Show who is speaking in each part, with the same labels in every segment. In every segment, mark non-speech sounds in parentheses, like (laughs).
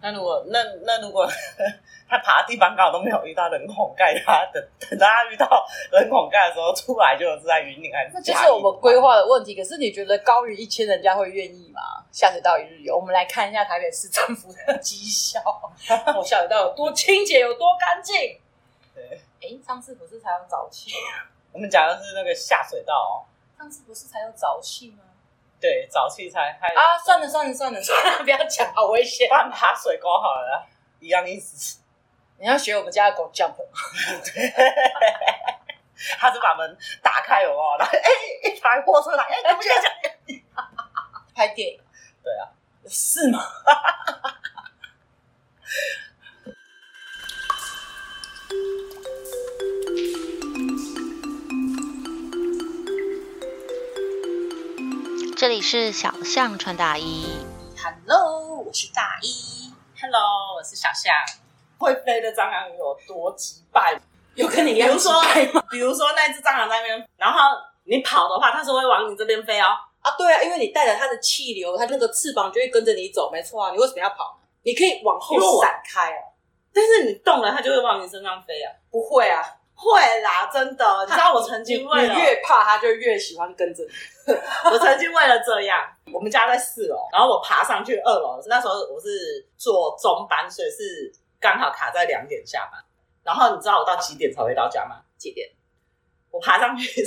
Speaker 1: 那如果那那如果 (laughs) 他爬的地方刚好都没有遇到人孔盖，他等等到他遇到人孔盖的时候出来就是在云林还是
Speaker 2: 那就
Speaker 1: 嘉
Speaker 2: 是
Speaker 1: 义
Speaker 2: 我们规划的问题。可是你觉得高于一千，人家会愿意吗？下水道一日游，我们来看一下台北市政府的绩效，我下水道有多清洁，有多干净。
Speaker 1: 对，
Speaker 2: 哎，上次不是才有沼气？
Speaker 1: 我们讲的是那个下水道哦，
Speaker 2: 上次不是才有沼气吗？
Speaker 1: 对，沼气才还
Speaker 2: 啊，算了算了算了，算了，不要讲，好危险。
Speaker 1: 半爬水沟好了，一样意思。
Speaker 2: 你要学我们家的狗 jump，
Speaker 1: 他是把门打开有没有？然 (laughs) 后哎、一台货车来，哎、怎么现在讲？
Speaker 2: 拍电影。
Speaker 1: 对啊，
Speaker 2: 是吗？
Speaker 3: 这里是小象穿大衣。
Speaker 2: Hello，我是大一。Hello，我是小象。
Speaker 1: 会飞的蟑螂有多击败？
Speaker 2: 有跟你一
Speaker 1: 比
Speaker 2: 样
Speaker 1: 如
Speaker 2: 失
Speaker 1: 说
Speaker 2: 败吗？，
Speaker 1: (laughs) 比如说那只蟑螂在那边，然后你跑的话，它是会往你这边飞哦。
Speaker 2: 啊，对啊，因为你带着它的气流，它那个翅膀就会跟着你走，没错啊。你为什么要跑？你可以往后
Speaker 1: 因为我
Speaker 2: 闪开啊。
Speaker 1: 但是你动了，它就会往你身上飞啊。
Speaker 2: 不会啊，
Speaker 1: 会啦，真的，你知道我曾
Speaker 2: 你
Speaker 1: 经为了
Speaker 2: 你越怕它，就越喜欢跟着你。
Speaker 1: (laughs) 我曾经为了这样，我们家在四楼，然后我爬上去二楼，那时候我是坐中班，所以是刚好卡在两点下班。然后你知道我到几点才会到家吗？
Speaker 2: 几点？
Speaker 1: 我爬上去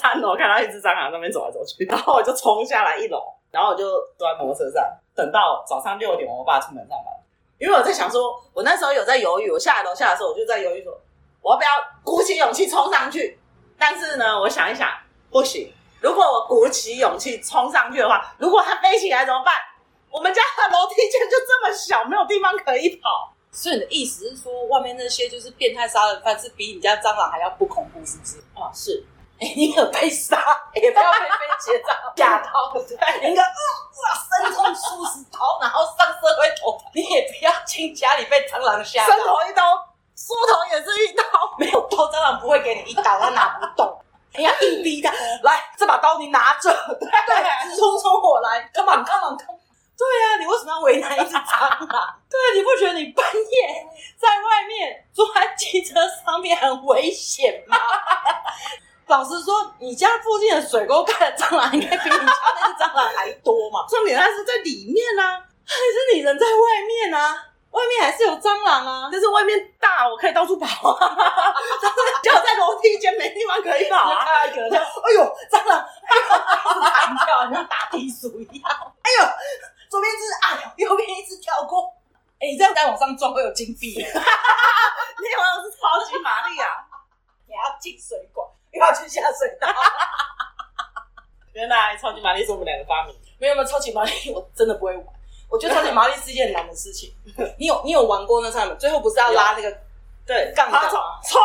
Speaker 1: 三楼，看到一只蟑螂在那边走来走去，然后我就冲下来一楼，然后我就坐在摩托车上，等到早上六点，我爸出门上班。因为我在想说，我那时候有在犹豫，我下来楼下的时候，我就在犹豫说，我要不要鼓起勇气冲上去？但是呢，我想一想，不行，如果我鼓起勇气冲上去的话，如果它飞起来怎么办？我们家的楼梯间就这么小，没有地方可以跑。
Speaker 2: 所以你的意思是说，外面那些就是变态杀人犯，是比你家蟑螂还要不恐怖，是不是？
Speaker 1: 哦，是，
Speaker 2: 哎、你可被杀， (laughs) 哎也不
Speaker 1: (laughs)
Speaker 2: 要被被结账吓到， (laughs) 对不对？你应该
Speaker 1: 呃
Speaker 2: 啊哇，身中数十刀，然后上社会头条，你也不要进家里被蟑螂吓
Speaker 1: 伸
Speaker 2: 到，
Speaker 1: 头一刀，缩头也是一刀。
Speaker 2: 没有刀蟑螂不会给你一刀，它拿不动。你要硬逼他来，这把刀你拿着，对，啊直冲冲我来，come on come on come on。对啊，你为什么要为难一只蟑螂？对啊，你不觉得你半夜在外面坐在汽车上面很危险吗？老实说，你家附近的水沟盖的蟑螂应该比你家那只蟑螂还多 (laughs) 嘛？
Speaker 1: 重点它是在里面啊，
Speaker 2: 但是你人在外面啊，外面还是有蟑螂啊。
Speaker 1: 但是外面大，我可以到处跑啊， (laughs) 但是就在楼梯间没地方可以跑
Speaker 2: (laughs)
Speaker 1: 啊。
Speaker 2: 看到一个人，哎呦，蟑 (laughs) 螂，弹跳，好像打地鼠一样。哎呦，左边一只，哎呦，右边一只跳过。哎、你这样再往上撞会有金 (laughs) 币耶，
Speaker 1: 那我是超级玛丽啊！
Speaker 2: 你还要进水管，又要去下水道。
Speaker 1: 原来超级玛丽是我们两个发明的。
Speaker 2: 没有没有，超级玛丽我真的不会玩。我觉得超级玛丽是一件很难的事 (laughs) 情。你有你有玩过那上面，最后不是要拉那个
Speaker 1: 对
Speaker 2: 杠
Speaker 1: 然后
Speaker 2: 杆
Speaker 1: 冲
Speaker 2: 吗？
Speaker 1: 冲，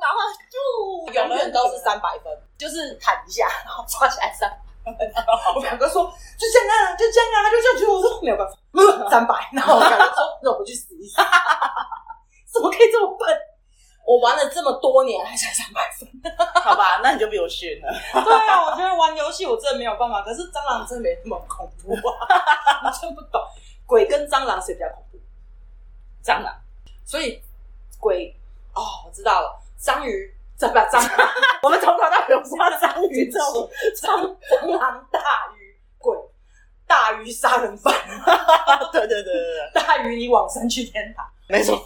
Speaker 1: 然后
Speaker 2: 有人都是三百分，就是弹一下，然后抓起来三百分。然后我表哥说就这样啊，就这样啊，他就下去。我说没有办法， (laughs) 三百。然后我表哥说那我去死一死，怎么可以这么笨？我玩了这么多年，还才三百分。
Speaker 1: (laughs) 好吧，那你就比我逊了。
Speaker 2: 对啊，我觉得玩游戏我真的没有办法，可是蟑螂真的没那么恐怖啊，我真不懂鬼跟蟑螂谁比较恐怖？
Speaker 1: 蟑螂，
Speaker 2: 所以鬼哦，我知道了，章鱼。怎么蟑螂？
Speaker 1: 我们从头到尾有说章鱼这种，
Speaker 2: 蟑蟑螂大于鬼，大于杀人犯，
Speaker 1: (laughs) 对对对对对，
Speaker 2: 大于你往生去天堂。
Speaker 1: 没错。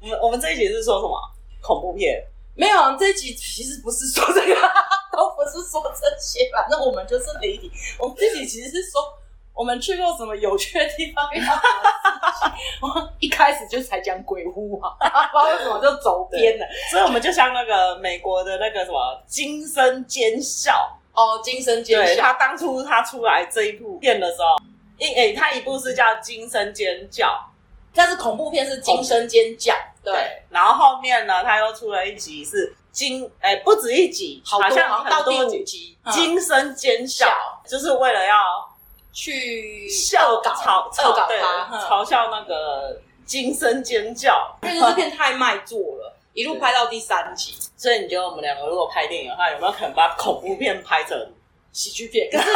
Speaker 1: 我们我们这一集是说什么？恐怖片。
Speaker 2: 没有，这一集其实不是说这个，都不是说这些啦。那我们就是离题。我们这集其实是说我们去过什么有趣的地方，遇到什么事情。我一开始就才讲鬼屋啊，不知道为什么就走偏了。
Speaker 1: 所以我们就像那个美国的那个什么惊声尖笑，
Speaker 2: 哦，惊声尖
Speaker 1: 对
Speaker 2: 笑，
Speaker 1: 他当初他出来这一部片的时候，一诶、他一部是叫《惊声尖叫》，
Speaker 2: 但是恐怖片是惊声尖叫，对，
Speaker 1: 然后后面呢，他又出了一集是惊，诶、不止一集，
Speaker 2: 好多
Speaker 1: 像
Speaker 2: 好像到
Speaker 1: 很
Speaker 2: 第
Speaker 1: 多
Speaker 2: 五
Speaker 1: 集，
Speaker 2: 集嗯
Speaker 1: 惊声尖笑
Speaker 2: 笑，
Speaker 1: 就是为了要
Speaker 2: 去
Speaker 1: 笑
Speaker 2: 搞
Speaker 1: 嘲
Speaker 2: 恶搞
Speaker 1: 对嗯
Speaker 2: 他，哼
Speaker 1: 嘲笑那个惊声尖 (laughs) 叫，
Speaker 2: 因为这片太卖座了，一路拍到第三集。
Speaker 1: 所以你觉得我们两个如果拍电影的话，有没有可能把恐怖片拍成
Speaker 2: 喜剧片。可是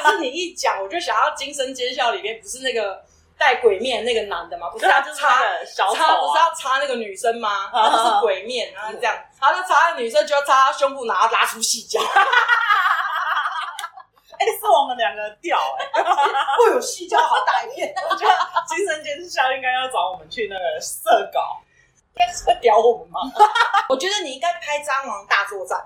Speaker 2: 可是你一讲，我就想要《惊声尖叫》里面不是那个戴鬼面那个男的吗？不是
Speaker 1: 对啊，
Speaker 2: 他
Speaker 1: 就是
Speaker 2: 插
Speaker 1: 那个小
Speaker 2: 插
Speaker 1: 丑
Speaker 2: 不是
Speaker 1: 啊，
Speaker 2: 要插那个女生吗？
Speaker 1: 啊
Speaker 2: 他就是鬼面，然后这样，他就插那女生，就要插她胸部，然后拉出细 (laughs) 胶，
Speaker 1: 哎、是我们两个掉哎、 (laughs)
Speaker 2: 会有细胶好大一片，
Speaker 1: 我觉得精神监视校应该要找我们去那个社稿，
Speaker 2: 会屌我们吗？ (laughs) 我觉得你应该拍《蟑螂大作战》，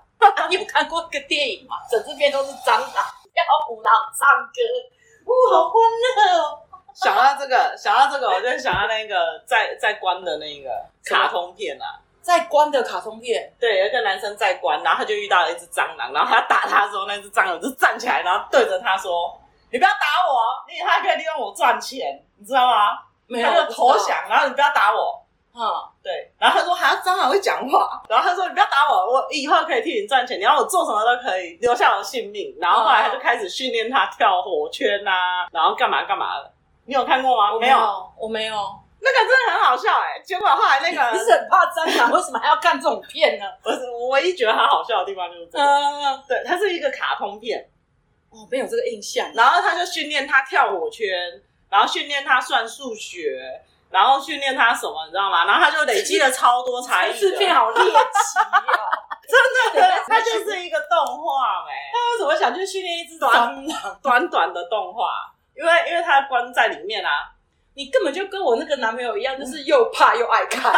Speaker 2: (laughs) 你有看过这个电影吗？整支片都是蟑螂跳舞，然后唱歌，哇、好欢乐哦！
Speaker 1: 想到这个，想到这个，我就想到那个在在关的那个卡通片啊。
Speaker 2: 在关的卡通片，
Speaker 1: 对，有一个男生在关，然后他就遇到了一只蟑螂，然后他打他的时候，那只蟑螂就站起来，然后对着他说：“你不要打我，哦你以后还可以利用我赚钱，你知道吗？”
Speaker 2: 没
Speaker 1: 他就投降，然后你不要打我。
Speaker 2: 啊、
Speaker 1: 对，然后他说还要蟑螂会讲话，然后他说你不要打我，我以后可以替你赚钱，你要我做什么都可以，留下我的性命。然后后来他就开始训练他跳火圈啊，然后干嘛干嘛的。 (laughs) 你有看过吗？
Speaker 2: 我
Speaker 1: 没
Speaker 2: 没
Speaker 1: 有，
Speaker 2: 有，我没有。
Speaker 1: 那个真的很好笑哎、结果后来那 (laughs)
Speaker 2: 你
Speaker 1: 个，
Speaker 2: 是很怕蟑螂，为什么还要看这种片呢？
Speaker 1: 我是我唯一觉得他好笑的地方就是这个，
Speaker 2: (laughs) 嗯，
Speaker 1: 对，它是一个卡通片，
Speaker 2: 我哦没有这个印象。
Speaker 1: 然后他就训练他跳火圈，然后训练他算数学，然后训练他什么，你知道吗？然后他就累积了超多才艺的，
Speaker 2: 片好猎奇 (laughs) 哦！
Speaker 1: 真的，他就是一个动画哎、
Speaker 2: 那怎么想去训练一只
Speaker 1: 蟑
Speaker 2: 螂？
Speaker 1: 短短的动画，因为因为它关在里面啊。
Speaker 2: 你根本就跟我那个男朋友一样，就是又怕又爱 (laughs) 看。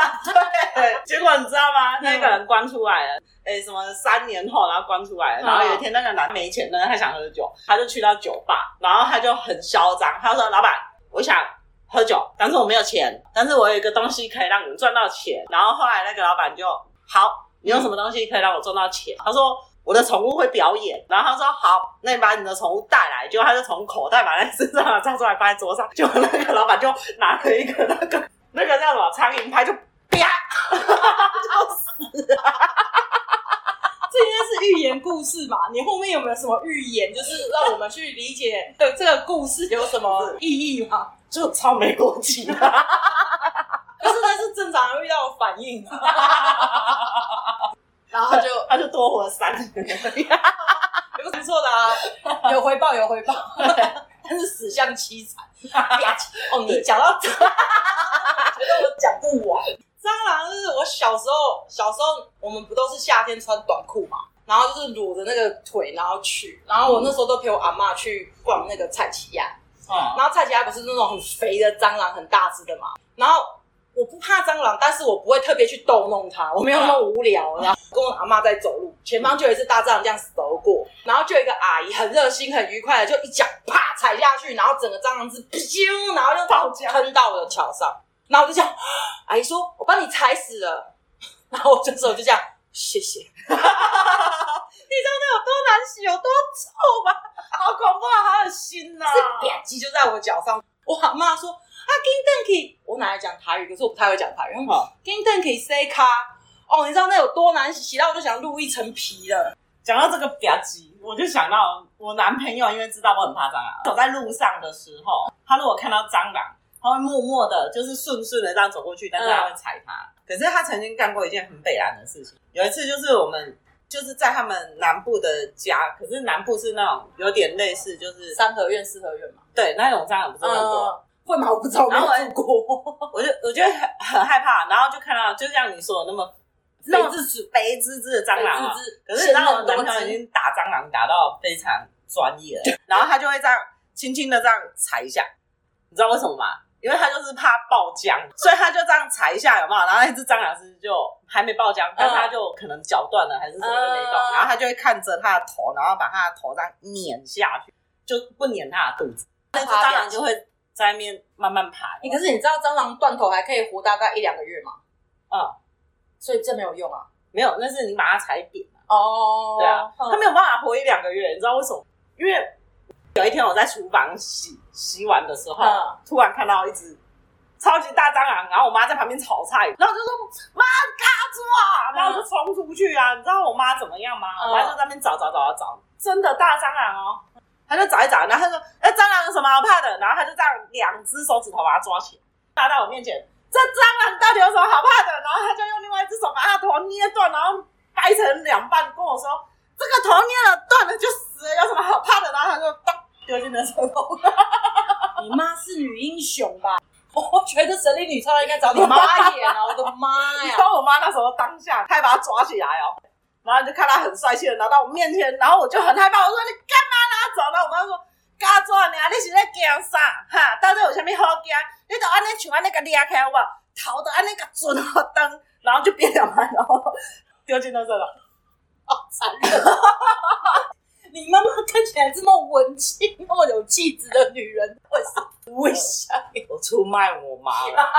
Speaker 1: 对， (laughs) 结果你知道吗？
Speaker 2: 嗯
Speaker 1: 那个人关出来了，哎、什么三年后，然后关出来了。然后有一天，那个男没钱了，他想喝酒，他就去到酒吧，然后他就很嚣张，他说：“老板，我想。”喝酒，但是我没有钱，但是我有一个东西可以让你赚到钱。然后后来那个老板就好，你有什么东西可以让我赚到钱？他说我的宠物会表演，然后他说好，那你把你的宠物带来。结果他就从口袋把那只蟑螂抓出来放在桌上，结果那个老板就拿了一个那个那个叫什么苍蝇拍，就
Speaker 2: 这应该是寓言故事吧？你后面有没有什么寓言，就是让我们去理 (laughs) 解的这个故事有什么意义吗？
Speaker 1: 就超没逻辑的。
Speaker 2: 可是那是正常人遇到的反应啊。 (laughs) 然后他就
Speaker 1: 他就多活了三年，
Speaker 2: 也不是不错的啊，有回报有回报， (laughs) 但是死相凄惨。啪叽哦，你讲到蟑螂，觉得我讲不完。蟑螂就是我小时候，小时候我们不都是夏天穿短裤嘛，然后就是裸着那个腿然后去，然后我那时候都陪我阿妈去逛那个菜奇亚，
Speaker 1: 嗯，
Speaker 2: 然后菜奇亚不是那种很肥的蟑螂，很大只的嘛。然后我不怕蟑螂，但是我不会特别去逗弄它，我没有那么无聊。 (laughs) 然后跟我阿妈在走路，前方就有一只大蟑螂这样死走过，然后就有一个阿姨很热心、很愉快的就一脚啪踩下去，然后整个蟑螂是啾，然后就
Speaker 1: 爆浆
Speaker 2: 喷到我的脚上。然后我就这样，阿姨说：“我帮你踩死了。”然后我这时候就这样，谢谢。你知道那有多难洗， (laughs) 有多臭吗？
Speaker 1: 好恐怖，好恶心呐、啊
Speaker 2: 是吧唧就在我脚上。我阿妈说啊，金邓去，我奶奶讲台语，可是我不太会讲台语。
Speaker 1: 好，
Speaker 2: 金邓去 say 卡，哦，你知道那有多难洗？洗到我就想露一层皮了。
Speaker 1: 讲到这个吧唧，我就想到我男朋友，因为知道我很怕蟑螂，走在路上的时候，他如果看到蟑螂，他会默默的，就是顺顺的这样走过去，但
Speaker 2: 嗯
Speaker 1: 是他会踩它。可是他曾经干过一件很北兰的事情，有一次就是我们就是在他们南部的家，可是南部是那种有点类似，就是
Speaker 2: 三合院、四合院嘛，
Speaker 1: 对那种蟑螂不是很多。
Speaker 2: 嗯，会吗？我不知道，我没
Speaker 1: 然后
Speaker 2: 有住
Speaker 1: (laughs)
Speaker 2: 过。
Speaker 1: 我就我觉得很很害怕，然后就看到就像你说的那么
Speaker 2: 那
Speaker 1: 肥
Speaker 2: 么
Speaker 1: 滋滋肥滋滋的蟑螂啊，可
Speaker 2: 可
Speaker 1: 是你知道我男朋友已经打蟑螂打到非常专业了，然后他就会这样轻轻的这样踩一下，你知道为什么吗？因为他就是怕爆浆，所以他就这样踩一下，有没有？然后那只蟑螂是就还没爆浆，但是他就可能绞断了还是什么都没动，
Speaker 2: 嗯
Speaker 1: 然后他就会看着他的头，然后把他的头这样碾下去，就不碾他的肚子，那只蟑螂就会在那边慢慢爬。
Speaker 2: 欸可是你知道蟑螂断头还可以活大概一两个月吗？
Speaker 1: 嗯，
Speaker 2: 所以这没有用啊。
Speaker 1: 没有，那是你把它踩扁了。
Speaker 2: 哦
Speaker 1: 对啊，
Speaker 2: 嗯
Speaker 1: 它没有办法活一两个月，你知道为什么？因为有一天我在厨房洗洗碗的时候，
Speaker 2: 嗯
Speaker 1: 突然看到一只超级大蟑螂，然后我妈在旁边炒菜，然后我就说妈卡住啊，然后我就冲出去啊，你知道我妈怎么样吗？
Speaker 2: 嗯
Speaker 1: 我妈就在那边找找找找找，真的大蟑螂哦。她就找一找，然后她说：“哎、蟑螂有什么好怕的？”然后她就这样两只手指头把它抓起来，拿到我面前，这蟑螂到底有什么好怕的？然后他就用另外一只手把他的头捏断，然后掰成两半，跟我说：“这个头捏了断了就死死了，有什么好怕的？然后他就当丢进了车头。
Speaker 2: 嗯你妈是女英雄吧？ (laughs) 我觉得神力女超人应该找你妈演啊！我的妈
Speaker 1: 你
Speaker 2: 呀
Speaker 1: 知！道我妈那时候当下，她还把他抓起来哦，然后就看他很帅气的拿到我面前，然后我就很害怕，我说你干嘛拉走？然后我妈说。嘎抓你啊！你是在惊啥？哈，到底有啥物好惊？你就安尼像安尼个抓起来有无？头就安尼个准好灯，然后就变两盘，然后丢进到这了。
Speaker 2: (laughs) 你妈妈看起来这么文气、那么有气质的女人，为什么为什么？
Speaker 1: 我哎出卖我妈了，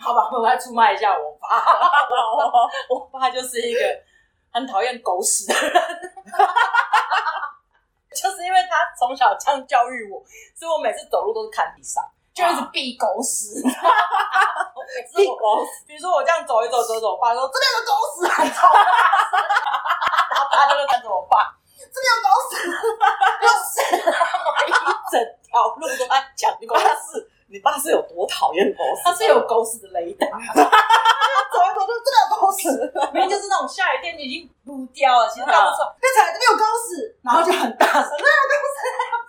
Speaker 2: 好吧，我来出卖一下我爸。 (laughs)
Speaker 1: (laughs)
Speaker 2: 我爸就是一个很讨厌狗屎的人， (laughs) 就是因为他从小这样教育我，所以我每次走路都是看地上，就一直避狗屎。 (laughs) 我每次我
Speaker 1: 狗
Speaker 2: 比如说我这样走一走走一走，我爸说这边有狗屎啊，你超大声，然后大家就会看着我爸，这边有狗屎，狗屎，我一整条路都在讲狗
Speaker 1: 爸
Speaker 2: 屎，
Speaker 1: 是，你爸是有多讨厌狗屎？
Speaker 2: 他是有狗屎的雷达，
Speaker 1: 走一走就真的有狗屎，
Speaker 2: 明明就是那种下雨天你已经撸掉了，其实看不出来，但是这边有狗屎，然后就很大声，那有狗屎，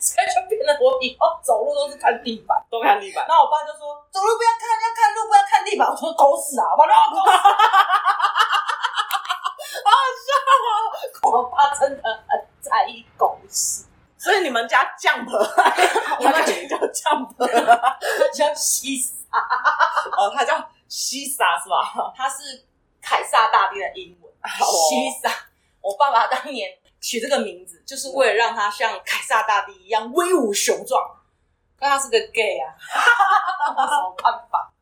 Speaker 2: 所以就变得我以后走路都是看地板。
Speaker 1: 都看地板。
Speaker 2: 然后我爸就说：“走路不要看，要看路，不要看地板。”我说：“狗屎啊！”我爸说：“狗屎、啊。”好好笑哦！我爸真的很在意狗屎，
Speaker 1: 所以你们家 jump，我 (laughs)
Speaker 2: 我们
Speaker 1: 们叫
Speaker 2: 家
Speaker 1: jump，
Speaker 2: 他叫西斯，
Speaker 1: 哦，他叫西莎是吧？
Speaker 2: 他是凯撒大帝的英文。
Speaker 1: 哦
Speaker 2: 西撒， (laughs) 我爸爸当年取这个名字，就是为了让他像凯撒大帝一样威武雄壮。但他是个 gay 啊， (laughs) 有什么办法？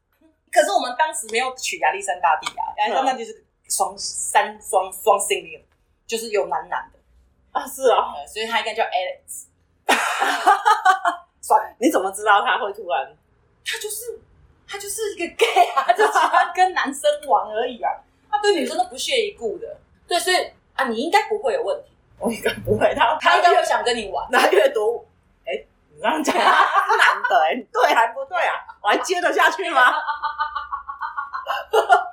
Speaker 2: 可是我们当时没有取亚历山大帝啊，亚历山大帝是双三双双性恋，就是有男男的，
Speaker 1: 啊，是啊，
Speaker 2: 呃所以他应该叫 Alex。
Speaker 1: 你怎么知道他会突然？
Speaker 2: 他就是他就是一个 gay 啊，他就喜欢跟男生玩而已啊，他对女生都不屑一顾的。对，所以啊，你应该不会有问题，
Speaker 1: 我应该不会，他
Speaker 2: 他
Speaker 1: 他
Speaker 2: 应该会想跟你玩。
Speaker 1: 他阅读，哎、你这样讲是男的、哎，你对还不对啊？我还接得下去吗？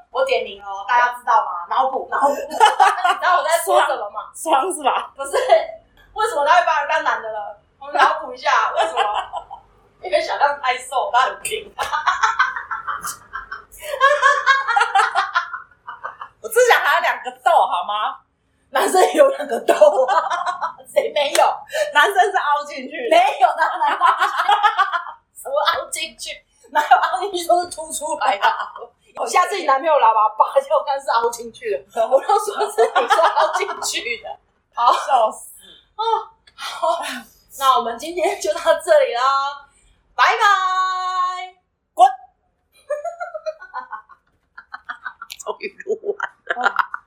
Speaker 2: 我点名哦，大家知道吗？脑补 (laughs) 脑补，你知道我在说什么吗？
Speaker 1: 双是吧？
Speaker 2: (laughs) 不是，为什么他会把人当男的了？我们脑补一下，为什么？ (laughs) 因为小亮太瘦，他很平。
Speaker 1: 我之前还有两个豆好吗？
Speaker 2: 男生也有两个头啊，
Speaker 1: (laughs)
Speaker 2: 谁没有？ (laughs)
Speaker 1: 男生是凹进去
Speaker 2: 没
Speaker 1: 的，
Speaker 2: 有，哪来凹进去？什么凹进去？哪有凹进去都是凸出来的。 (laughs) 我下次你男朋友来把他拔掉，看是凹进去的。 (laughs) 我都说是你说凹进去的。
Speaker 1: 好笑死！
Speaker 2: 哦好，那我们今天就到这里啦，拜拜。
Speaker 1: 终于录完了。